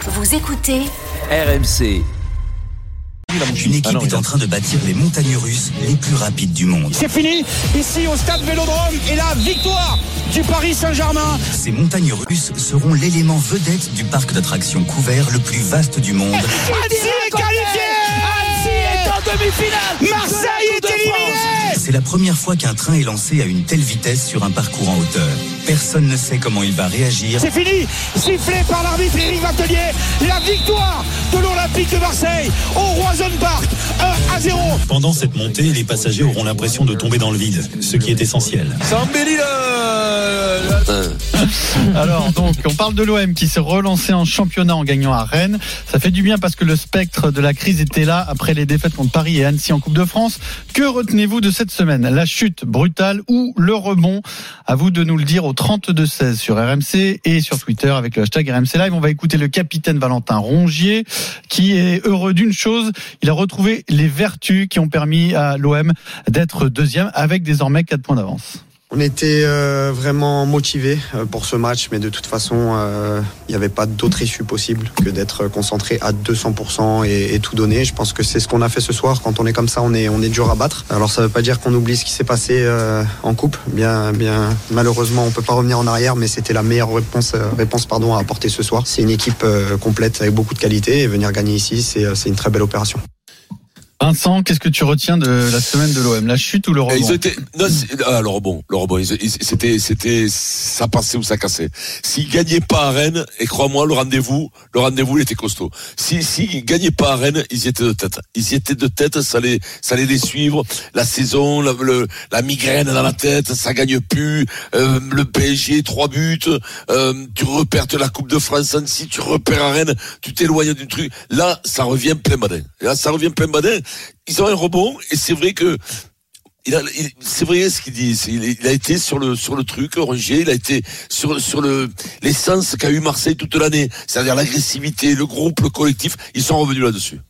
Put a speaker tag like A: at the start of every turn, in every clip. A: Vous écoutez
B: RMC.
C: Une équipe est en train de bâtir les montagnes russes les plus rapides du monde.
D: C'est fini ici au stade Vélodrome et la victoire du Paris Saint-Germain.
C: Ces montagnes russes seront l'élément vedette du parc d'attractions couvert le plus vaste du monde.
D: Annecy est qualifié Marseille est éliminé
C: C'est la première fois qu'un train est lancé à une telle vitesse sur un parcours en hauteur. Personne ne sait comment il va réagir.
D: C'est fini Sifflé par l'arbitre Eric Vatelier, la victoire de l'Olympique de Marseille au Roison Park, 1 à 0.
E: Pendant cette montée, les passagers auront l'impression de tomber dans le vide, ce qui est essentiel.
F: Ça embellit le-
G: Alors donc on parle de l'OM qui s'est relancé en championnat en gagnant à Rennes. Ça fait du bien parce que le spectre de la crise était là après les défaites contre Paris et Annecy en Coupe de France. Que retenez-vous de cette semaine La chute brutale ou le rebond À vous de nous le dire au 32 16 sur RMC et sur Twitter avec le hashtag RMC Live. On va écouter le capitaine Valentin Rongier qui est heureux d'une chose, il a retrouvé les vertus qui ont permis à l'OM d'être deuxième avec désormais 4 points d'avance.
H: On était euh, vraiment motivés euh, pour ce match, mais de toute façon, euh, il n'y avait pas d'autre issue possible que d'être concentré à 200% et, et tout donner. Je pense que c'est ce qu'on a fait ce soir. Quand on est comme ça, on est, on est dur à battre. Alors ça ne veut pas dire qu'on oublie ce qui s'est passé euh, en coupe. Bien, bien, malheureusement, on ne peut pas revenir en arrière, mais c'était la meilleure réponse, euh, réponse pardon, à apporter ce soir. C'est une équipe euh, complète avec beaucoup de qualité et venir gagner ici, c'est euh, c'est une très belle opération.
G: Vincent, qu'est-ce que tu retiens de la semaine de l'OM La chute ou le rebond
F: Ils ont été. Non, c'est- ah, le rebond, le rebond. ils- ils- C'était, c'était, ça passait ou ça cassait. S'ils gagnaient pas à Rennes, et crois-moi, le rendez-vous, le rendez-vous, il était costaud. Si, s'ils gagnaient pas à Rennes, ils y étaient de tête. Ils y étaient de tête. Ça allait, ça allait les suivre. La saison, la, le- la migraine dans la tête, ça gagne plus. Euh, le PSG, trois buts. Euh, tu repères de la Coupe de France si tu repères à Rennes, tu t'éloignes du truc. Là, ça revient plein badin. Là, ça revient plein badin. Ils ont un rebond, et c'est vrai que il a- il- c'est vrai ce qu'il dit. c'est- Il, il a été sur le sur le truc, Rongier. Il a été sur sur le l'essence qu'a eu Marseille toute l'année, c'est-à-dire l'agressivité, le groupe, le collectif. Ils sont revenus là-dessus.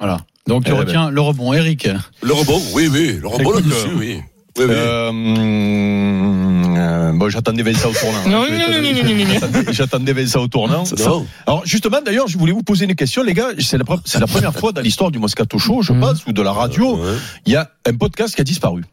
G: Voilà. Donc tu
I: Eh
G: retiens le rebond. Eric,
F: Le rebond, oui, oui, le rebond
I: Écoute,
F: là-dessus,
I: euh,
F: oui. Oui, oui.
I: Euh, hum, euh, bon, j'attendais Vincent au tournant.
J: Non,
I: Je vais
J: non,
I: te
J: non,
I: le
J: non,
I: dire.
J: non, non, non.
I: J'attendais- J'attendais Vincent au tournant.
F: Ça sent.
I: Alors, justement, d'ailleurs, je voulais vous poser une question, les gars. C'est la, pre- c'est la première fois dans l'histoire du Moscato Show, je
J: Mhm.
I: pense, ou de la radio,
F: Euh, Ouais.
I: il y a un podcast qui a disparu.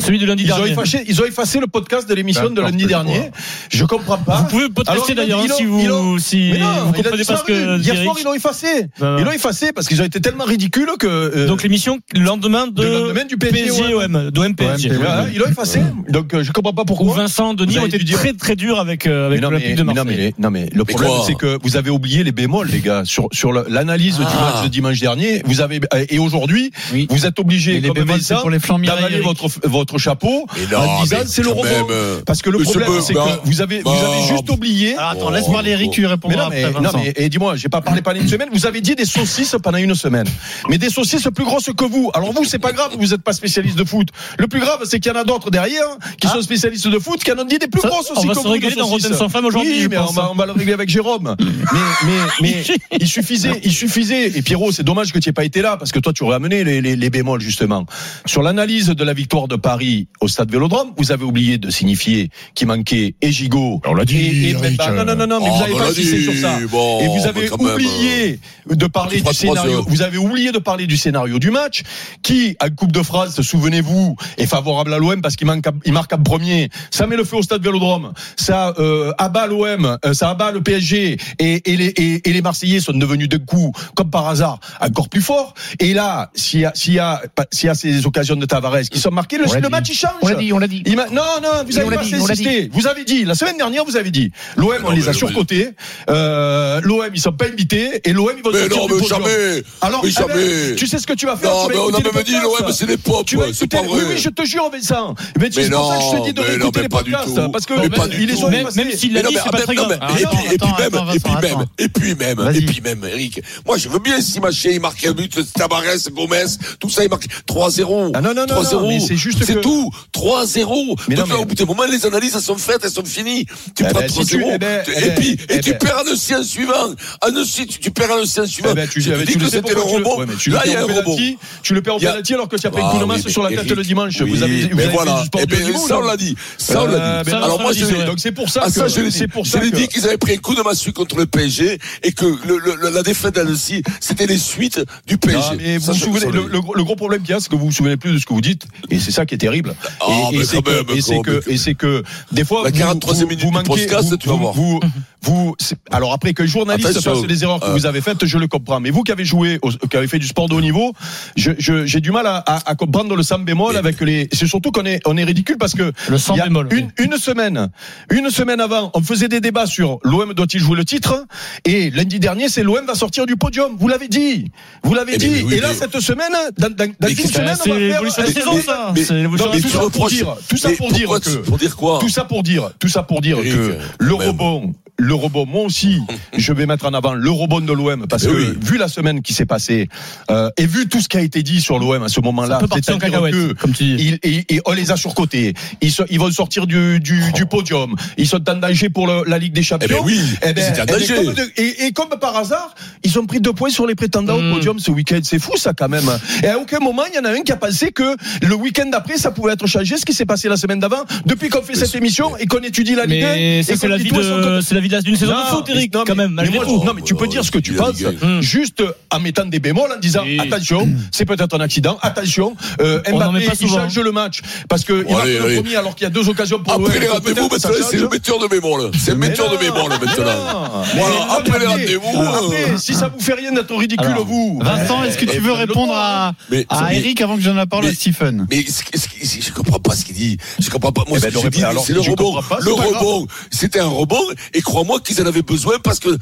J: Celui de lundi
I: Ils ont
J: dernier.
I: effacé, ils ont effacé le podcast de l'émission de
J: D'accord,
I: lundi
J: plus
I: dernier. Je comprends pas.
J: Vous pouvez
I: Alors, il
J: podcaster
I: a-
J: d'ailleurs hein,
I: il a-
J: si
I: il a-
J: vous si
I: Mais non,
J: vous
I: il a
J: comprenez pas ce que
I: disparu.
J: dit
I: Hier soir,
J: Eric.
I: ils l'ont effacé.
J: Non, non.
I: Ils l'ont effacé parce qu'ils ont été tellement ridicules que. euh,
J: Donc l'émission le lendemain de
I: le lendemain du PSG,
J: PSG OM, d'OM PSG.
G: Ouais,
I: voilà, ils l'ont effacé. Donc, euh, je comprends pas
J: Où
I: pourquoi.
J: Vincent
I: Vous
J: Denis ont
I: avez
J: été
I: dû dire-
J: très très dur avec euh,
I: Mais
J: avec
I: non, mais-
J: l'Olympique de
I: mais non,
J: Marseille.
I: mais- non, mais le problème,
F: quoi
I: c'est que vous avez oublié les bémols, les gars, sur, sur le- l'analyse du
F: Ah.
I: match de dimanche dernier. Vous avez, euh, et aujourd'hui,
G: Oui.
I: vous êtes
G: Et
I: obligé,
G: les
I: comme
G: bémols,
I: Vincent,
G: c'est pour les flammes
I: d'avaler votre, votre chapeau
F: Mais
I: en disant
F: mais
I: c'est le
F: quand
I: rebond.
F: même, euh,
I: Parce que le
F: Mais ce
I: problème,
F: peu-
I: c'est
F: bah,
I: que vous avez, vous avez
F: bah,
I: juste oublié.
J: Ah,
G: Alors, attends,
F: Oh,
G: laisse parler Eric, tu
I: Mais non,
G: répondras
I: mais,
G: après Vincent.
I: non, mais- et dis-moi, j'ai pas parlé pendant une semaine. Vous avez dit des saucisses pendant une semaine. Mais des saucisses plus grosses que vous. Alors vous, c'est pas grave, vous n'êtes pas spécialiste de foot. Le plus grave, c'est qu'il y en a d'autres derrière hein, qui sont spécialistes de foot, qui en ont dit des plus
J: Ah. Ça,
I: grosses
J: on
I: aussi
J: va
I: que
J: se
I: vous, de
J: régaler dans
I: saucisses.
J: Rotten sans flamme aujourd'hui,
I: Oui,
J: je
I: mais
J: pense.
I: on va, on va le régler avec Jérôme. Mais, mais, mais il suffisait, il suffisait. Et Pierrot, c'est dommage que tu n'aies pas été là parce que toi, tu aurais amené les, les- les bémols justement sur l'analyse de la victoire de Paris au Stade Vélodrome. Vous avez oublié de signifier qu'il manquait et Gigot.
J: On l'a dit,
I: Et, et Mbemba. non, non, non, non, mais
F: Ah,
I: vous avez
F: bah,
I: pas
F: l'a
I: insisté
F: dit,
I: sur ça.
F: bon,
I: Et vous
F: mais
I: avez
F: quand même, euh,
I: oublié de parler
F: trois,
I: du
F: trois,
I: scénario.
F: c'est-
I: Vous avez oublié de parler du scénario du match, qui, à Coupe de France, souvenez-vous, est favorable à l'OM parce qu'il manque, il marque en premier. Ça met le feu au stade Vélodrome. Ça euh, abat l'OM, euh, ça abat le PSG. Et, et les, et- et les Marseillais sont devenus de coup, comme par hasard, encore plus forts. Et là, s'il y a, s'il y a, pas- s'il y a ces occasions de Tavares qui sont marquées, le,
G: On l'a
I: le
G: dit.
I: match il change.
G: On l'a dit, on l'a dit.
I: Il m'a- non, non, vous
G: Et on
I: avez
G: l'a
I: pas
G: dit, on l'a
I: insisté. Vous avez dit, la semaine dernière, vous avez dit, l'OM, on
F: non,
I: les
F: mais
I: a
F: oui.
I: surcotés. Euh, L'OM, ils sont pas invités. Et l'OM, ils vont
F: Mais
I: sortir
F: non,
I: du
F: mais
I: podium.
F: jamais.
I: Alors,
F: Mais
I: eh ben,
F: jamais.
I: tu sais ce que tu vas faire
F: Non,
I: tu
F: mais
I: vas
F: on a
I: écouter
F: même
I: les
F: dit
I: podcasts.
F: l'OM, c'est des potes.
I: Tu vas
F: ouais, C'est
I: écouter-
F: pas vrai.
I: Oui, oui, je te jure, Vincent. Mais, tu
F: Mais
I: c'est pour ça que je te dis de
F: non, mais non,
I: réécouter
F: mais
I: les
F: pas du
I: podcasts.
F: tout.
I: Parce que
F: Mais pas du
I: ils les
F: tout.
I: ont
F: Même-
I: effacés.
J: même s'il l'a
F: Mais non,
J: dit,
F: mais
J: c'est pas
F: attends,
J: très
F: non,
J: grave.
F: mais-
I: Ah,
F: et
G: Attends,
F: puis- et puis
G: attends,
F: même,
G: attends,
F: et puis
G: Vincent,
F: même,
G: attends.
F: et puis même, et
G: Vas-y.
F: puis même, Eric. Moi, je veux bien si Maché, il marquait un but, Tabarès, Gomez, tout ça, il marque 3-0.
I: Ah non, non, non, non,
F: 3-0.
I: mais c'est juste que
F: c'est
I: que-
F: tout. 3-0.
I: Mais non,
F: Donc là,
I: mais-
F: au bout d'un moment, les analyses, elles sont faites, elles sont finies. Tu
I: Eh
F: prends
I: ben, si
F: 3-0.
I: tu- eh ben,
F: tu-
I: eh
F: et
I: ben,
F: puis, et
I: eh
F: tu
I: ben.
F: perds le sien suivant. Ah, non, si, tu, tu perds le sien suivant.
I: Eh ben, tu,
F: te
I: eh ben,
F: dis
I: tu
F: que
I: le sais
F: c'était
I: pourquoi
F: le
I: tu le-
F: rebond.
I: ouais, mais tu le
F: Là, il y
I: perds
F: a
I: au
F: le rebond.
I: penalty, tu le perds au
F: Il y a-
I: penalty alors que tu as pris
F: Ah
I: un coup de
F: oui,
I: masse
F: mais
I: sur la tête
F: Eric,
I: le dimanche.
F: oui,
I: vous avez, vous
F: mais
I: avez fait
F: voilà.
I: du sport
F: Eh
I: de hein. haut
F: ben,
I: niveau,
F: ça, on
I: non
F: l'a dit. Ça, on
I: Euh,
F: l'a dit.
I: ben,
F: Alors, moi, je
I: donc c'est pour ça
F: Ah,
I: que
F: ça, je l'ai dit.
I: c'est pour
F: Je
I: ça
F: l'ai
I: que-
F: dit qu'ils avaient pris un coup de massue contre le PSG et que le- le- le- la défaite d'Annecy, c'était les suites du PSG.
I: Non, mais vous
F: Ça,
I: vous
F: je-
I: souvenez,
F: ça,
I: le, le gros- le gros problème qu'il y a, c'est que vous vous souvenez plus de ce que vous dites, et c'est ça qui est terrible.
F: Ah,
I: et
F: mais
I: et c'est
F: quand
I: que,
F: même,
I: et c'est
F: quand
I: que,
F: même.
I: et c'est que, des fois,
F: La 43e minute du podcast,
I: vous-
F: tu vas
I: vous-
F: voir.
I: vous- vous- c'est- alors après que journaliste
F: Attention.
I: fasse des erreurs que
F: Euh.
I: vous avez faites, je le comprends. Mais vous qui avez joué, au- qui avez fait du sport de haut niveau, je- je- j'ai du mal à, à- à comprendre le sam bémol
F: Mais-
I: avec les. C'est surtout qu'on est, on est ridicule parce que
J: Le sang
I: il y a
J: bémol, oui.
I: Une, une semaine, une semaine avant, on faisait des débats sur l'OM doit-il jouer le titre, et lundi dernier, c'est l'OM va sortir du podium. Vous l'avez dit, vous l'avez
F: Eh
I: dit.
F: ben oui,
I: et là,
F: mais-
I: cette semaine, dans, dans- dans
F: Mais
I: une
F: qu'est-ce que-
I: semaine,
J: c'est
I: on va
J: l'évolution
I: faire.
J: de la
I: Mais-
J: saison, ça.
I: mais-
J: C'est l'évolution
I: non,
J: de
I: mais
J: la
I: tout
J: saison.
I: ça pour dire, tout ça
F: mais
I: pour dire
F: pourquoi tu-
I: que.
F: Pour dire quoi
I: Tout ça pour dire, tout ça pour dire
F: Eric, euh,
I: que le
F: même.
I: rebond, le rebond, moi aussi, je vais mettre en avant le rebond de l'OM parce
F: Eh
I: que
F: oui.
I: vu la semaine qui s'est passée euh, et vu tout ce qui a été dit sur l'OM à ce moment-là,
J: Ça peut partir en
I: c'est un
J: cacahuète,
I: que-
J: comme tu dis.
I: ils- et, et on oh, les a surcotés. Ils, sont- ils vont sortir du, du,
J: Oh.
I: du podium. Ils sont en danger pour le- la Ligue des Champions.
F: Eh ben oui,
I: Eh ben,
F: ils étaient en
I: eh ben,
F: danger.
I: comme de- et, et comme par hasard, ils ont pris deux points sur les prétendants
J: Mm.
I: au podium ce week-end. C'est fou ça quand même. Et à aucun moment il y en a un qui a pensé que le week-end d'après ça pouvait être changé. Ce qui s'est passé la semaine d'avant, depuis qu'on fait cette émission et qu'on étudie la Ligue 1
J: Mais
I: et
J: ça, c'est
I: qu'on
J: la
I: dit
J: vie
I: tous son
J: de-
I: côté-
J: c'est la vie de la- d'une saison de foot,
I: mais-
J: Eric,
I: non, mais-
J: quand même, malgré
I: mais moi,
J: tout.
I: Non, mais tu peux
F: Oh,
I: dire ce que tu
F: il y a
I: penses,
F: des
J: gars.
I: juste euh, en mettant des bémols, en disant
J: Oui.
I: attention, c'est peut-être un accident, attention, euh,
J: On en met
I: Mbappé,
J: pas
I: il
J: souvent.
I: change le match parce que il marque
F: allez,
I: le
F: allez.
I: premier alors qu'il y a deux occasions pour l'OM.
F: Après les
I: donc
F: rendez-vous,
I: peut-être que ça
F: maintenant, c'est
I: change.
F: le metteur de mémoire, là. C'est le
I: Mais
F: metteur de
I: non,
F: mémoire, là,
I: mais
F: maintenant.
I: non.
F: Voilà,
I: Mais
F: après les
I: regardez,
F: rendez-vous, euh.
I: Après, si ça vous fait rien d'être ridicule,
G: Alors,
I: vous. Eh,
G: Vincent, est-ce que tu veux répondre à,
F: Mais-
G: à
F: mais-
G: Eric avant que je donne la parole
F: mais-
G: à Stephen
F: Mais ce qui- ce qui- ce- je comprends pas ce qu'il dit. Je comprends pas. Moi,
I: Eh
F: ce
I: ben,
F: que
I: le
F: j'ai
I: répète,
F: dit,
I: alors,
F: c'est
I: si
F: le
I: tu
F: rebond.
I: comprends pas, c'est
F: le
I: pas grave.
F: rebond, c'était un rebond. Et crois-moi qu'ils en avaient besoin parce que euh,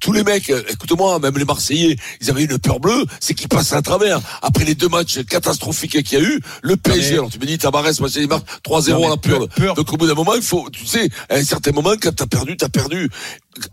F: tous les mecs, euh, écoute-moi, même les Marseillais, ils avaient une peur bleue, c'est qu'ils passent à travers. Après les deux matchs catastrophiques qu'il y a eu, le PSG,
I: mais-
F: alors tu me dis, Tabarès, Marseille, il marque 3-0
I: Non,
F: à la
I: mais peur-
F: purle.
I: peur.
F: Donc au bout d'un moment, il faut, tu sais, à un certain moment, quand t'as perdu, t'as perdu.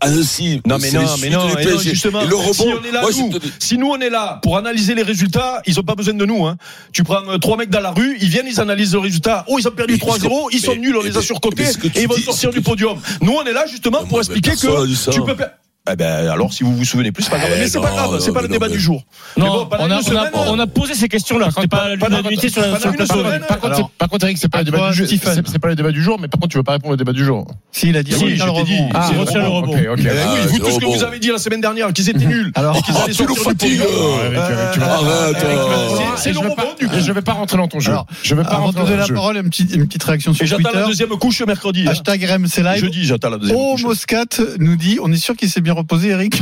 F: Annecy,
I: Non mais
F: c'est
I: non,
F: les
I: mais
F: suites
I: non,
F: du
I: et non,
F: PSG.
I: justement.
F: Et le rebond,
I: si on est là,
F: moi, je
I: nous,
F: te dis-
I: si nous on est là pour analyser les résultats, ils ont pas besoin de nous. Hein. Tu prends euh, trois mecs dans la rue, ils viennent, ils analysent le résultat. Oh, ils ont perdu
F: Mais
I: 3-0, ils
F: mais-
I: sont nuls, on
F: mais-
I: les a
F: mais-
I: surcotés
F: mais ce que tu
I: et ils vont
F: dis,
I: sortir
F: ce
I: du
F: que tu-
I: podium. Nous on est là justement
F: Mais
I: pour
F: moi,
I: expliquer
F: personne a dit
I: que
F: ça.
I: tu peux. per- Eh ben alors si vous vous souvenez plus, c'est pas grave.
F: Eh
I: Mais c'est
F: non,
I: pas grave,
F: non,
I: c'est pas le
F: mais non,
I: débat
F: mais-
I: du jour. Mais
A: Non,
I: bon,
A: on,
I: pendant
A: a,
I: une
A: on, a,
I: semaine,
A: on a posé ces questions-là. C'était pas
I: pendant-
A: l'unanimité sur la
I: pendant
A: sur le
I: une
A: plateau.
I: semaine,
A: Par contre,
G: alors-
A: c'est- par contre, Eric, c'est pas, le débat
G: Toi,
A: du jeu.
G: Stephen.
A: C'est- c'est pas le débat du jour, mais par contre, tu veux pas répondre au débat du jour.
G: Si, il a dit
I: Si,
G: retiens
I: je
G: le
I: t'ai dit.
G: rebond.
I: Ah,
A: C'est
J: retiens le rebond.
A: Ok, ok.
I: Eh
F: Ah,
I: oui, vous,
F: c'est
I: tout ce que
F: bon.
I: vous avez dit la semaine dernière, qu'ils étaient nuls.
G: Alors-
I: et qu'ils
F: Ah,
I: allaient
F: tu nous
I: sortir du
F: fatigues.
I: podium.
A: Eric, Eric, tu vas-
G: Ah,
F: Arrête.
I: Eric,
F: euh.
I: c'est-
A: Et
I: c'est le
A: je vais
I: rebond
A: pas-
I: du coup.
A: et Je vais pas rentrer dans ton jeu.
G: Alors,
A: Je vais pas
G: Avant de
A: rentrer
G: donner
A: dans
G: la
A: ton jeu.
G: parole, une petite, une petite réaction
I: Et
G: sur
I: j'attends la
G: Twitter.
I: deuxième couche mercredi. hein.
G: Hashtag RMC Live.
I: Jeudi, j'attends la deuxième
G: Oh,
I: couche.
G: Moscat nous dit on est sûr qu'il s'est bien reposé, Eric.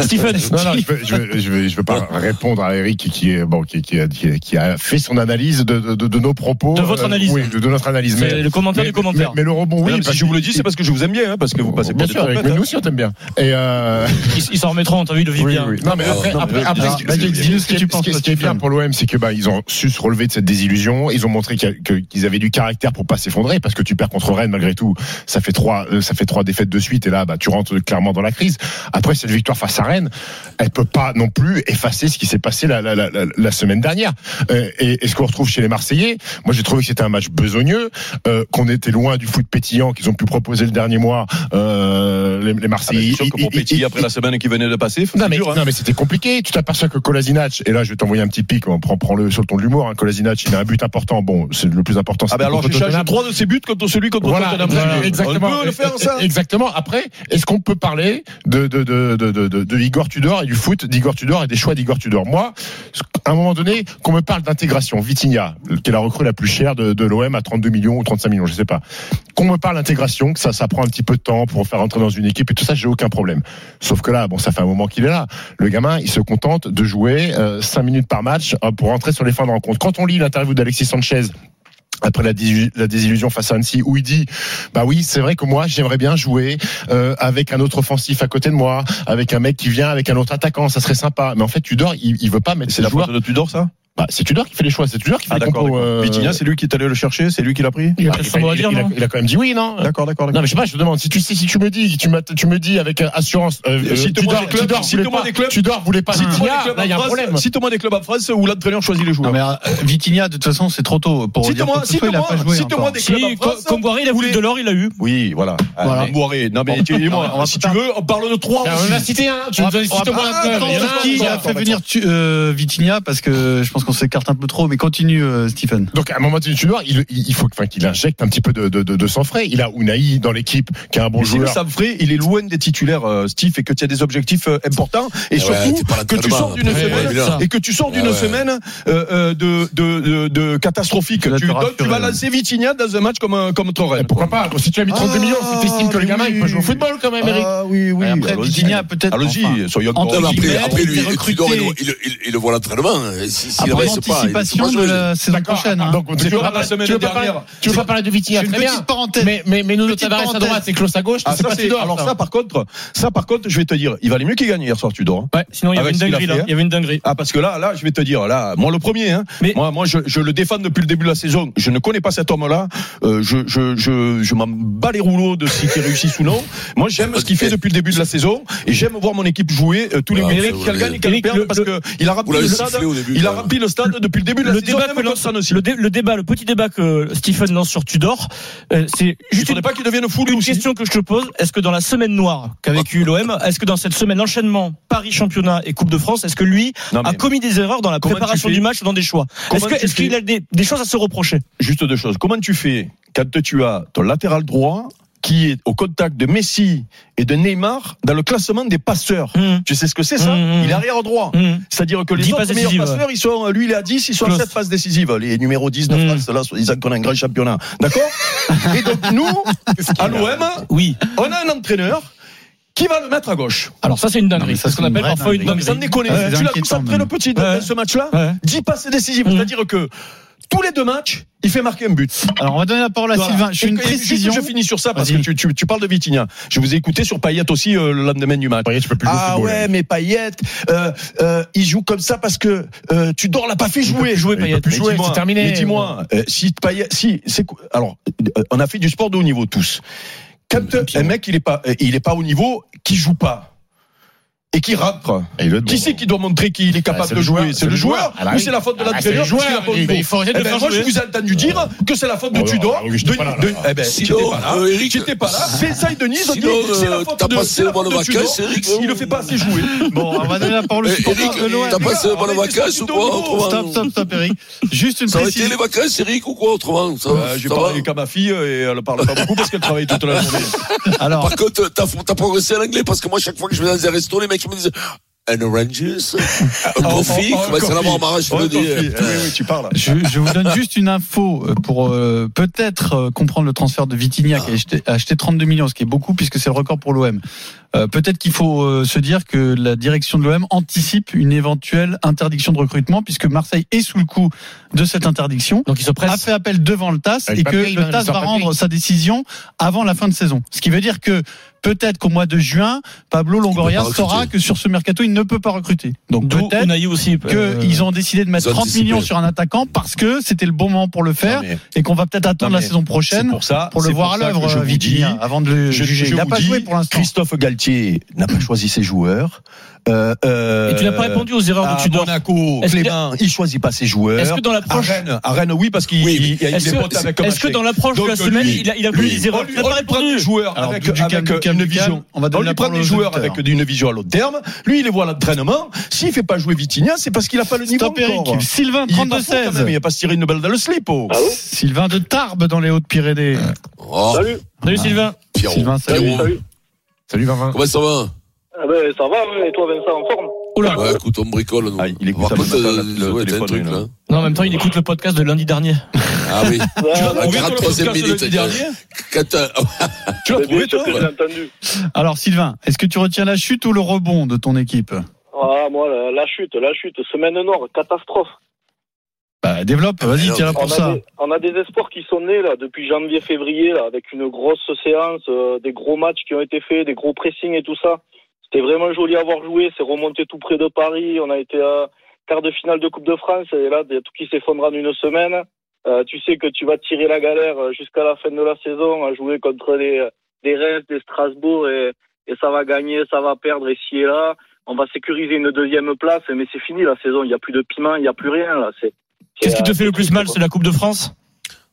J: Stephen,
A: Non, non, je vais, je vais, je vais, je vais pas répondre à Eric qui, qui est, bon, qui, qui, a, qui, a- qui a fait son analyse de, de, de- de nos propos.
J: De votre
A: Euh,
J: analyse.
A: oui, de, de notre analyse.
J: c'est
A: Mais,
J: le commentaire
A: mais-
J: du commentaire.
A: mais- mais le rebond, oui.
I: Oui, si
A: parce
I: je vous
A: que-
I: le dis, c'est parce que je vous aime bien, hein, parce que vous passez
A: Bien
I: bien des
A: sûr, Eric,
I: trompettes.
A: mais
I: hein.
A: nous aussi on t'aime bien. Et euh,
J: Ils ils s'en remettront, t'as vu, ils le vivent
A: oui,
J: bien.
A: oui. Non, mais après,
F: non,
A: après, après,
G: alors,
A: ce qui-
G: vas-y,
A: ce qui-
G: dis-nous ce que
A: ce qui-
G: tu penses,
A: ce qui- Ce qui
G: toi,
A: est bien
G: Stéphane.
A: pour l'OM, c'est que bah ils ont su se relever de cette désillusion. Ils ont montré qu'il y a- que- qu'ils avaient du caractère pour pas s'effondrer, parce que tu perds contre Rennes malgré tout. Ça fait trois, euh, ça fait trois défaites de suite, et là, bah tu rentres clairement dans la crise. Après cette victoire face à Rennes, elle peut pas non plus effacer ce qui s'est passé la, la, la, la- la semaine dernière. Euh, et, et ce qu'on retrouve chez les Marseillais, moi j'ai trouvé que c'était un match besogneux, euh, qu'on était loin du foot pétillant qu'ils ont pu proposer le dernier mois. Euh, les, les
I: Ah, mais
A: Marseillais.
I: c'est sûr que pour
A: ils- ils-
I: Petit, après
A: ils-
I: la semaine qui venait de passer,
A: non
I: c'est
A: mais,
I: dur, hein.
A: non mais c'était compliqué. Tu t'aperçois que Kolasinac et là je vais t'envoyer un petit pic. On prend, prend le sur le ton de l'humour. Hein. Kolasinac il a un but important. Bon, c'est le plus important.
I: Ah,
A: c'était
I: ben alors,
A: contre
I: je change
A: Tottenham.
I: trois de ses buts contre celui contre
A: Voilà,
I: Tottenham.
A: voilà,
I: On
A: exactement.
I: peut le faire, ça.
A: Exactement. Après, est-ce qu'on peut parler de, de, de, de, de, de- de Igor Tudor et du foot d'Igor Tudor et des choix d'Igor Tudor Moi, à un moment donné, qu'on me parle d'intégration, Vitinha, qui est la recrue la plus chère de, de l'OM à 32 millions ou 35 millions, je sais pas. Qu'on me parle d'intégration, que ça, ça prend un petit peu de temps pour faire rentrer dans une équipe et tout ça, j'ai aucun problème. Sauf que là, bon, ça fait un moment qu'il est là. Le gamin, il se contente de jouer 5 minutes par match euh, pour rentrer sur les fins de rencontre. Quand on lit l'interview d'Alexis Sanchez après la, désillu- la désillusion face à Annecy, où il dit Bah oui, c'est vrai que moi, j'aimerais bien jouer euh, avec un autre offensif à côté de moi, avec un mec qui vient, avec un autre attaquant, ça serait sympa. Mais en fait, Tudor, il, il veut pas mettre
I: C'est
A: ses
I: la
A: joueurs.
I: faute de Tudor, ça
A: Bah, c'est Tudor qui fait les choix, c'est Tudor qui fait
I: Ah
A: les
I: d'accord.
A: compos.
I: d'accord.
A: euh,
I: Vitinha, c'est lui qui est allé le chercher, c'est lui qui l'a pris.
J: Il a
A: bah,
J: peut-être
A: il,
J: son mot à
A: il-
J: dire,
A: il a,
J: non
A: il a quand même dit oui, non
I: D'accord, d'accord.
A: Non,
I: d'accord.
A: mais je sais pas, je te demande, si tu, si, si tu me dis, si tu, m'as- tu me dis avec euh, assurance, euh,
I: Cite-moi
A: Tudor-
I: des clubs,
A: Tudor
I: cite-moi
A: voulait
I: des
A: pas-
I: clubs.
A: Tudor voulait pas
I: Cite-moi des
A: Vitinha,
I: clubs
A: là, il y a
I: en
A: un
I: France-
A: problème.
I: Cite-moi des clubs en France où l'entraîneur choisit les
G: Non,
I: joueurs.
G: mais euh, Vitinha, de toute façon, c'est trop tôt pour dire quoi
I: Cite-moi,
G: que ce soit, il a pas
I: cite-moi,
G: joué
I: cite-moi
G: encore.
I: des clubs
J: Si,
I: en France.
J: Comboiré, il a voulu
I: Tous les-
J: de l'or, il l'a eu.
I: Oui, voilà.
G: Voilà.
I: Ah, mais Boiré. Non, mais
G: Bon.
I: tu- dis-moi,
G: Non, on va
I: si
G: pas
I: tu veux, Ah, on Ah, parle de trois.
A: Alors, on en a cité un, tu
G: On
A: me
G: va-
A: donnes-
G: on va
A: cite-moi
G: pas-
A: un club.
G: Attends,
A: Il y en a un,
G: Qui a
A: d'accord,
G: fait venir tu- euh, Vitinha parce que je pense qu'on s'écarte un peu trop, mais continue, euh, Stephen.
A: Donc à un moment donné, Tudor, il, il faut enfin, qu'il injecte un petit peu de, de, de, de sang frais. Il a Unai dans l'équipe qui est un bon
I: Mais si le
A: joueur.
I: Savfré, il est loin des titulaires, euh, Steve, et que tu as des objectifs euh, importants, et
F: Ouais,
I: surtout
F: t'es pas là
I: que tu
F: tellement.
I: sors d'une
F: Ouais,
I: semaine,
F: ouais, là.
I: et que tu sors d'une
F: Ouais, ouais.
I: semaine euh, euh, de, de, de, de catastrophique.
G: Là,
I: Tu,
G: t'as
I: donnes- tu
G: rassuré,
I: vas
G: là.
I: lancer Vitinha dans un match comme un- comme Ah, Torren.
A: Eh, Pourquoi pas Si tu as mis 32 millions, si tu estimes que le gamin il peut jouer au football quand même, Eric.
I: Ah, oui, oui.
G: Après,
I: allons-y.
G: Vitinha, peut-être.
I: Allons-y,
G: enfin,
I: soyons
G: en
F: Non, mais
I: encore.
G: termes-
F: après,
G: Mais
F: après, lui,
G: il est recruté.
F: Tudor, il, le- il, le- il, il le voit à l'entraînement. Et Si, s'il
G: après
F: reste pas, il est
G: l'anticipation de
F: joué.
G: la saison
A: D'accord.
G: prochaine. hein.
A: Donc, tu
I: C'est
A: veux
I: comme
A: pas
I: la
A: parler-
I: semaine
A: tu veux pas
I: dernière.
A: parler- Tu veux pas parler de Vitinha,
G: Une
A: très
G: petite
A: bien.
G: parenthèse.
A: Mais, mais, mais Nuno
G: Petite
A: Tavares à
G: parenthèse.
A: droite et Klaus à gauche,
I: Ah,
A: c'est
I: ça,
A: pas
I: c'est-
A: Tudor.
I: alors
A: ça.
I: ça, par contre, ça, par contre, je vais te dire, il valait mieux qu'il gagne hier soir, Tudor. hein.
J: Ouais, sinon il y avait
I: Avec
J: une
I: ce qu'il a
J: dinguerie
I: fait,
J: là.
I: hein.
J: Il y avait une dinguerie.
I: Ah parce que là, là, je vais te dire, là, moi le premier, hein,
J: Mais-
I: moi, moi je, je le défends depuis le début de la saison. Je ne connais pas cet homme-là. Euh, je je, je, je m'en bats les rouleaux de si qui réussissent ou non. Moi j'aime ce qu'il fait depuis le début de la saison et j'aime voir mon équipe jouer euh, tous les
F: Ah,
I: week-ends,
F: c'est
I: Eric, qu'elle
F: vrai.
I: gagne et qu'elle
J: Eric,
I: perde
J: le-
I: parce que il a
F: Vous
I: rempli
F: l'avez
I: le stade.
F: sifflé au début.
I: Il a
F: quand même.
I: rempli le stade depuis le début de la
J: Le
I: saison.
J: débat,
I: même
J: que
I: comme
J: lance-
I: ça aussi.
J: le, dé- le débat, le petit débat que euh, Stephen lance sur Tudor, euh, c'est
I: Je
J: juste une,
I: voudrais pas qu'il devienne fou lui
J: une
I: aussi.
J: question que je te pose. Est-ce que dans la semaine noire qu'a vécu l'OM, est-ce que dans cette semaine enchaînement Paris championnat et Coupe de France, est-ce que lui
I: Non, mais
J: a commis des erreurs dans la
I: Comment tu
J: préparation
I: fais
J: du match ou dans des choix
I: Comment
J: Est-ce que-
I: tu
J: est-ce qu'il
I: fais
J: a des, des choses à se reprocher
I: juste deux choses. Comment tu fais quand tu as ton latéral droit qui est au contact de Messi et de Neymar dans le classement des passeurs
J: Mmh.
I: Tu sais ce que c'est ça
J: Mmh, mmh.
I: Il est arrière droit.
J: Mmh.
I: C'est-à-dire que les
J: Dix
I: autres
J: passes
I: meilleurs
J: décisives,
I: passeurs, ils sont, euh, lui, il est à 10, ils sont à
J: Close.
I: 7 passes décisives. Les numéros 10 de
J: Mm.
I: France, là, ils en connaissent un grand championnat. D'accord Et donc, nous, à l'OM,
J: Oui.
I: on a un entraîneur qui va le mettre à gauche.
J: Alors ça c'est une
G: Non, mais
J: dinguerie.
G: ça,
J: C'est ce qu'on
G: c'est une
J: appelle
G: vraie
J: parfois une
G: dinguerie.
I: Mais ça me
J: dinguerie.
I: déconne.
G: Ouais,
I: tu l'as
G: c'est
I: ça
G: inquiétant,
I: très le petit dans
J: Ouais.
I: ce match-là.
J: Ouais.
I: 10 passes décisives.
J: Mm.
I: C'est-à-dire que tous les deux matchs, il fait marquer un but.
G: Alors, on va donner la parole à
I: Voilà.
G: Sylvain. Je fais
I: Et
G: une
I: que- et juste,
G: précision.
I: Je finis sur ça parce que
G: Vas-y.
I: tu, tu- tu parles de Vitinha. Je vous ai écouté sur Payet aussi euh, le lendemain du match.
A: Payet, tu peux plus jouer au
I: ah
A: football, hein.
I: ouais,
A: là.
I: mais Payet, euh, euh, il joue comme ça parce que euh, Tudor l'a pas fait jouer. Jouer
A: peut plus jouer, c'est terminé.
I: Mais dis-moi, euh, si Payet, si c'est quoi- alors euh, on a fait du sport de haut niveau tous. Quand euh, un mec il est pas, euh, il est pas au niveau, qui joue pas et qui rentre.
A: Et il doit être
I: Qui
A: bon.
I: c'est qui doit montrer qu'il est
A: Ah,
I: capable
A: c'est
I: de
A: le
I: jouer
A: joueur,
I: C'est le joueur
A: Ah, bah
I: ou
A: oui.
I: c'est la faute de
A: Ah, bah, c'est
I: l'entraîneur
A: le joueur,
I: parce qu'il a pas au
A: il-
I: niveau
A: il faut arrêter de
I: Eh ben,
A: faire
I: Moi je
A: jouer.
I: vous ai entendu dire que c'est la faute de
A: Oh,
I: Tudor.
A: ah oui, j'étais pas là,
I: de-
A: là.
I: eh ben, si t'étais
F: Sinon,
I: pas là,
F: euh, Eric,
I: si t'étais pas là, Fessay de Nice, on dit,
F: sinon,
I: c'est la
F: euh,
I: faute
F: t'as
I: de
F: passé
I: c'est la
F: le bon
I: faute de
F: vacances,
I: Tudor,
F: Eric,
I: Il le fait pas assez jouer.
G: Bon, on va donner la parole au
F: Eh,
G: supporter
F: Eric,
G: de l'OM.
F: t'as passé le bon vacances ou quoi autrement
G: Stop, stop, stop, Eric. Juste une
F: Ça aurait été
G: précision.
F: les vacances, Eric, ou quoi autrement Ça-
I: Euh, J'ai
F: ça va
I: parlé qu'à ma fille euh, et elle parle pas beaucoup parce qu'elle travaille toute la journée.
G: Alors,
F: Par contre, t'as t'as progressé à l'anglais parce que moi, chaque fois que je vais dans un resto, les mecs ils me disent An oranges, un coffee,
I: Oh, oh,
F: comment ça
I: coffee.
F: va en marrage, je euh,
I: Oh,
F: veux
I: coffee.
F: dire.
I: Eh Oui, oui, tu parles.
G: je, je vous donne juste une info euh, pour euh, peut-être euh, comprendre le transfert de Vitinha qui a acheté, a acheté 32 millions, ce qui est beaucoup puisque c'est le record pour l'OM. Euh, peut-être qu'il faut euh, se dire que la direction de l'OM anticipe une éventuelle interdiction de recrutement puisque Marseille est sous le coup de cette interdiction.
J: Donc il se
G: a
J: presse.
G: fait appel devant le TAS
A: Avec
G: et que
A: papier, il
G: le
A: va-
G: TAS
A: il sort
G: va
A: papier.
G: rendre sa décision avant la fin de saison. Ce qui veut dire que peut-être qu'au mois de juin, Pablo Longoria
F: Il peut pas
G: saura que
F: recruter.
G: sur ce mercato, il ne peut pas recruter. Donc
J: D'où
G: peut-être
J: Unai aussi. euh,
G: qu'ils ont décidé de mettre
F: ils ont
G: 30
F: anticipé.
G: millions sur un attaquant parce que c'était le bon moment pour le faire
I: Non, mais
G: et qu'on va peut-être attendre
I: Non,
G: la
I: mais
G: saison
I: C'est
G: prochaine
I: pour ça.
G: pour le
I: c'est
G: voir à
I: ça que je
G: l'œuvre,
I: vous
G: Vitinha,
I: dis-
G: avant de le
I: Je,
G: juger.
I: je
G: Il n'a
I: vous
G: pas
I: dis,
G: joué pour l'instant.
I: Christophe Galtier n'a pas choisi ses joueurs. Euh, euh,
J: Et tu n'as pas répondu aux erreurs
I: à
J: de Tudor.
I: Monaco,
J: Est-ce que-
I: Clément, il choisit pas ses joueurs.
J: Est-ce que dans
I: à
J: l'approche,
I: Rennes, à Rennes, oui, parce qu'il
F: Oui,
I: il- il a eu
J: est-ce
I: des potes avec
J: que, est-ce que
I: Kovacic.
J: dans l'approche de la
I: Donc,
J: semaine,
I: lui-
J: il a, il a commis
F: lui-
J: des
I: On
J: erreurs
I: lui,
J: Tu n'as
I: on
J: pas
I: lui prend des
J: répondu.
I: joueurs
G: Alors,
I: avec,
G: du
I: avec
G: calme, du calme,
I: une
G: du calme.
I: vision.
G: On va donner
I: lui
G: la
I: prend
G: parole
I: des
G: aux
I: joueurs
G: auditeurs.
I: avec une vision à long terme. Lui, il les voit à l'entraînement. S'il fait pas jouer Vitinha, c'est parce qu'il a pas le niveau
G: Stop Eric,
I: encore.
G: Sylvain,
I: Il est pas fou quand même,
G: 32-16.
I: Il a pas se tiré une balle dans le slip. oh.
G: Sylvain de Tarbes dans les Hautes-Pyrénées.
I: Euh,
F: Oh,
B: Salut,
J: Salut Sylvain.
F: Pierrot.
G: Sylvain, salut.
F: Pierrot,
B: salut.
A: Salut, Vincent.
F: Comment ça va
B: Ah ben, ça va, hein, et toi Vincent, en forme
J: Oula.
F: Ouais, écoute, on bricole. nous.
I: Ah, il écoute
F: Par
I: ça,
F: contre,
I: le
F: euh,
I: matin, le
F: ouais, t'as un truc
I: téléphone,
F: là.
J: Non, en même temps, il écoute le podcast de lundi dernier.
F: Ah
B: Ouais,
F: oui.
I: Tu
B: ouais,
I: l'as trouvé, toi, le
F: 43e
I: podcast de
F: minute,
I: lundi
F: tiens.
I: dernier
F: Quand t'as-
I: Tu l'as
B: c'est Eh bien sûr
I: trouvé, toi
B: que je l'ai entendu.
G: Alors Sylvain, est-ce que tu retiens la chute ou le rebond de ton équipe
B: Ah, moi, la, la chute, la chute, semaine noire, catastrophe.
G: Bah, développe, vas-y,
F: Alors,
G: tiens-la
B: On
G: pour
B: a,
G: ça.
B: des, on a des espoirs qui sont nés, là, depuis janvier-février, là, avec une grosse séance, euh, des gros matchs qui ont été faits, des gros pressings et tout ça. C'était vraiment joli à avoir joué, c'est remonté tout près de Paris, on a été euh, quart de finale de Coupe de France, et là, il y a tout qui s'effondre en une semaine. Euh, tu sais que tu vas tirer la galère euh, jusqu'à la fin de la saison à jouer contre des, des Reims, des Strasbourg, et, et ça va gagner, ça va perdre, et si et là, on va sécuriser une deuxième place, mais c'est fini la saison, il n'y a plus de piment, il n'y a plus rien. là. C'est,
J: Qu'est-ce qui
B: euh,
J: te fait le plus
B: triste,
J: mal
B: quoi.
J: C'est la Coupe de France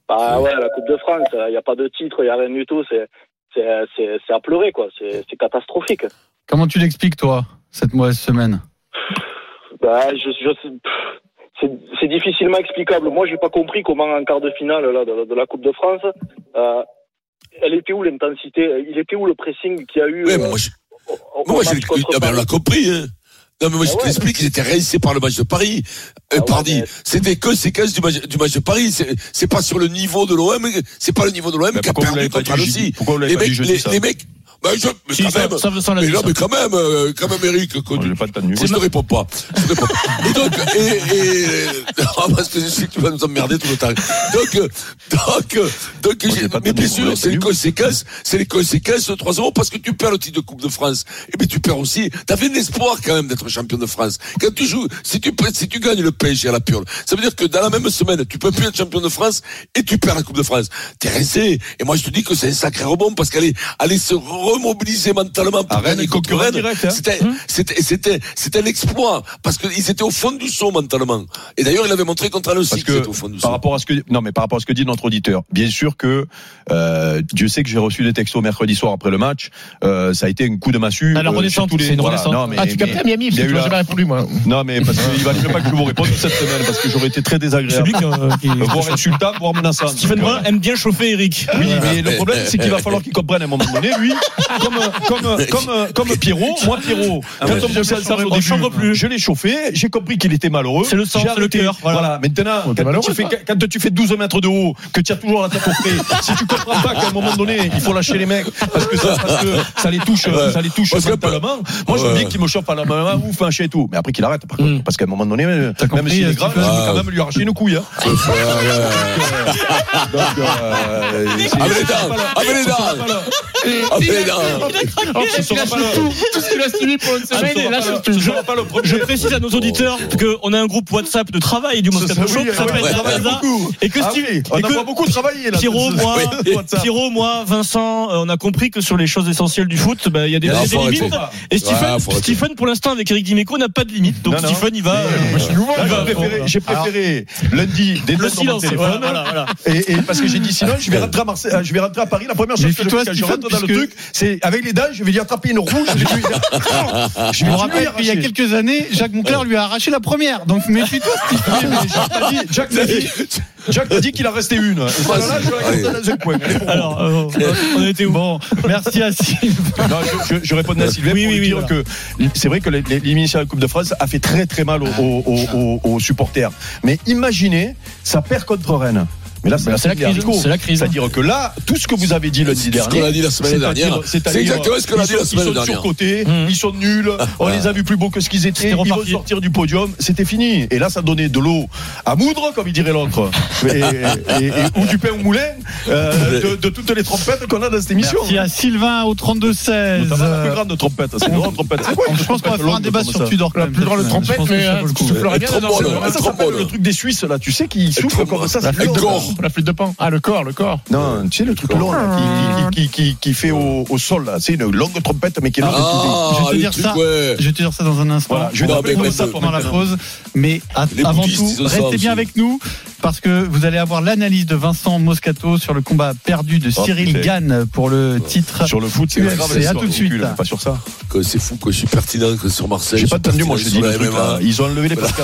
B: Bah ouais, la Coupe de France, il n'y a pas de titre, il n'y a rien du tout, c'est, c'est, c'est, c'est à pleurer, quoi. C'est, c'est catastrophique.
G: Comment tu l'expliques, toi, cette mauvaise semaine
B: Bah, je, je, pff, c'est, c'est difficilement explicable. Moi, j'ai pas compris comment en quart de finale là, de, de la Coupe de France, euh, elle était où l'intensité Il était où le pressing qu'il y a eu
F: Ouais,
B: euh,
F: mais moi, je-
B: au- au-
F: moi,
B: au
F: j'ai-
B: match contre
F: ah, ben, on
B: Paris
F: l'a compris, hein. Non, mais moi, je
B: Ah ouais.
F: t'explique, ils étaient réunis par le match de Paris. Euh,
B: Ah ouais,
F: Pardi,
B: mais-
F: c'était que ces cases du match, du match de Paris. C'est- C'est pas sur le niveau de l'OM, c'est pas le niveau de l'OM
I: Mais
F: qui a
I: pourquoi vous
F: perdu
I: l'avez pas
F: contre
I: dit jeudi
F: Annecy.
I: Pourquoi vous l'avez
F: Les
I: pas dit
F: mecs,
I: jeudi
F: les,
I: ça
F: les mecs, bah, je, mais
J: Si,
F: quand
J: ça, ça,
F: même.
J: ça, on l'a
F: Mais
J: dit,
F: non,
J: ça.
F: mais quand même, euh, quand même, Eric, que
A: Je
F: tu-
A: n'ai pas de panne nulle.
F: Moi, je ne réponds pas. Je te réponds pas. Et donc, et, et, Ah, parce que je sais que tu vas nous emmerder tout le temps. Donc, euh, donc, euh, donc,
A: Moi, j'ai pas
F: j'ai-
A: de
F: mes
A: problème,
F: blessures, c'est les
A: salut.
F: conséquences, c'est les conséquences de 3 euros parce que tu perds le titre de Coupe de France. Et mais tu perds aussi, t'avais l'espoir quand même d'être champion de France. Quand tu joues, si tu, peux- si tu gagnes le PSG à la purle, ça veut dire que dans la même semaine, tu peux plus être champion de France et tu perds la Coupe de France. T'es resté. Et moi, je te dis que c'est un sacré rebond parce qu'aller, aller se remobiliser mentalement pour
I: À Rennes,
F: gagner
I: ils
F: contre
I: concurrent
F: Rennes,
I: direct, hein.
F: c'était, c'était, c'était, c'était un exploit parce qu'ils étaient au fond du saut mentalement. Et d'ailleurs, il avait montré contre le
I: Parce
F: cycle
I: que
F: qu'ils étaient au fond du
I: Par
F: saut.
I: rapport à ce que non mais par rapport à ce que dit notre auditeur, bien sûr que euh, Dieu sait que j'ai reçu des textos mercredi soir après le match. Euh, ça a été un coup de massue.
J: Ah, la
I: euh,
J: renaissance,
I: sur tous les-
J: c'est une
I: voilà,
J: renaissance.
I: Non mais,
A: Ah, tu captais
I: mais-
A: à Miami,
I: il y
A: parce
I: a
A: que
I: eu
A: moi,
I: la-
A: j'ai pas répondu, moi.
I: non mais parce qu'il valait mieux pas que je vous réponde toute cette semaine parce que j'aurais été très
J: C'est
I: désagréable,
J: lui qui. euh, qui-
I: voire insultant, voire menaçant.
J: Stephen
I: Donc, euh,
J: Brun aime bien chauffer Eric.
I: Ah Oui, mais le problème, c'est qu'il va falloir qu'il comprenne à un moment donné, lui, comme, euh, comme, euh, comme, euh, comme, Pierrot, moi, Pierrot, quand on me sert le cerveau au
J: On
I: début,
J: chambre plus.
I: je l'ai chauffé, j'ai compris qu'il était malheureux.
J: C'est le sang,
I: J'ai
J: c'est le
I: arrêté.
J: cœur, voilà.
I: Voilà. maintenant,
A: t'es
I: quand
A: malheureux,
I: tu, fais,
A: toi.
I: quand tu fais 12 mètres de haut, que tu as toujours la tête au frais, si tu comprends pas qu'à un moment donné, il faut lâcher les mecs, parce que ça, parce que ça les touche,
F: Ouais.
I: ça les touche
F: Parce que-
I: mentalement. Moi, je veux
F: Ouais.
I: bien qu'il me chauffe à la main, ouf, un chien et tout. Mais après qu'il arrête, par contre,
J: Mm.
I: parce qu'à un moment donné, euh, même
G: compris,
I: s'il est grave, je
G: Stephen
I: veux quand même lui arracher une couille, hein. Donc, euh, c'est-
F: Ah, mais les dents! Ah, mais les dents! Ah, mais les dents!
J: Oh,
I: ce
A: Il
I: sera
A: lâche
I: pas le-
A: tout, tout ce qu'il a suivi pour une
I: ce
A: semaine,
I: sera
A: il lâche
I: pas le-
A: tout.
I: ce sera pas le premier. Oh.
J: Je précise à nos auditeurs qu'on a un groupe WhatsApp de travail du Moscato Show qui s'appelle
F: ouais,
J: La
F: ouais,
J: Baza, et que
I: Ah
J: Steve-
I: oui, on
J: et
I: a
J: que
I: pas beaucoup travaillé là.
J: Pierrot, moi,
I: Oui.
J: Pierrot, moi, Vincent, euh, on a compris que sur les choses essentielles du foot, bah, il y a des,
F: Non,
J: il y a des
F: faut arrêter.
J: limites. Et Stephen,
F: Ouais, faut arrêter.
J: Stephen, pour l'instant, avec Eric Dimeco, n'a pas de limite. Donc
I: Non, non.
J: Stephen, il va. euh,
I: Moi, je suis nouveau,
J: il
I: j'ai
J: va-
I: préféré- J'ai préféré lundi des
J: Le
I: notes dans mon
J: silence.
I: téléphone.
J: Voilà, voilà, voilà.
I: Et, et parce que j'ai dit sinon je vais rentrer à Marseille, euh, je vais rentrer à Paris. La première chose
G: Mais
I: que je
G: fais-toi,
I: fais quand je
G: Stephen,
I: rentre dans le
G: puisque-
I: truc, c'est avec les dents, je vais lui attraper une rouge. Je vais lui dire, Ah, je
G: Je
I: vais
G: me
I: tout lui
G: rappelle qu'il y a
I: arracher.
G: quelques années, Jacques Monclar lui a arraché la première. Donc méfie-toi, Steve.
I: Oui, mais Jacques t'a dit, Jacques t'a dit, Jacques t'a dit qu'il en restait une. Et voilà, je
F: Ah
I: la garde dans un coin. Elle est pour moi.
J: Alors, euh, on était où Bon,
G: Merci à Sylvain.
I: Non, je, je, je répondais à Sylvain
J: Oui,
I: pour
J: oui,
I: lui
J: oui,
I: dire que c'est vrai que les- les- l'émission de la Coupe de France a fait très très mal aux, aux- aux- aux- aux supporters. Mais imaginez, ça perd contre Rennes. Mais là, c'est la,
A: C'est la
I: semaine
A: crise,
I: d'Arico.
A: c'est la crise.
I: C'est-à-dire que là, tout ce que vous avez dit lundi
F: C'est ce
I: dernier.
F: qu'on a dit la semaine
I: c'est-à-dire-
F: dernière.
I: c'est-à-dire,
F: C'est exactement ce qu'on a
I: ils
F: dit la
I: sont-
F: semaine
I: Ils sont
F: dernière. Ah,
I: surcotés,
J: Mmh.
I: ils sont nuls, on les a vus plus beaux que ce qu'ils étaient, ils vont
J: reparti.
I: sortir du podium, c'était fini. Et là, ça donnait de l'eau à moudre, comme il dirait l'autre, Et- et- et- ou du pain au moulin, euh, de, de toutes les trompettes qu'on a dans cette émission.
G: Merci à Sylvain au 32-16.
I: Notamment la plus
G: Euh,
I: grande trompette, c'est une grande trompette. C'est quoi une
G: Je pense qu'on va
I: trompette
G: faire un
I: longue
G: débat
I: comme
G: sur
I: ça
G: Tudor. quand
A: La
G: même,
A: plus
G: cette
A: grande
G: semaine.
A: trompette,
G: Je pense que
A: mais,
G: ça
A: euh,
G: vaut le coup.
A: tu pleurais bien,
F: Trop
A: non,
F: bon,
A: c'est-
F: là.
I: Ah, ça s'appelle le truc des Suisses là, tu sais qui souffle
F: trompe-
I: comme ça,
A: La
I: c'est
A: flûte de
I: long.
F: corps.
A: pan. La flûte de pan. Ah, le corps, le corps.
I: Non, tu sais le truc long
G: Ah.
I: là, qui, qui, qui, qui fait au, au sol là, c'est une longue trompette mais qui est longue.
F: Ah,
G: Je vais te
F: le
G: dire
F: truc,
G: ça.
F: ouais.
G: Je vais te dire ça dans un instant.
I: Voilà, je vais
G: On va
F: t'appeler
G: prendre
F: les
G: ça
F: deux.
G: pendant la pause. Mais à-
F: Les
G: avant
F: bouddhistes,
G: tout,
F: ils ont ça
G: restez
F: aussi.
G: bien avec nous parce que vous allez avoir l'analyse de Vincent Moscato sur le combat perdu de
I: Oh,
G: Cyril
I: putain.
G: Gann pour le titre.
I: Sur le foot, c'est
G: UFC,
I: grave.
G: à
I: l'histoire
G: tout de
I: du
G: suite.
I: cul, Pas sur ça.
F: Que C'est fou que je suis pertinent que sur Marseille.
I: J'ai
F: je
I: pas
F: suis
I: entendu, moi
F: pertinent
I: je dis
F: sur
I: le
F: la
I: truc.
F: MMA.
I: là. Ils ont enlevé les podcasts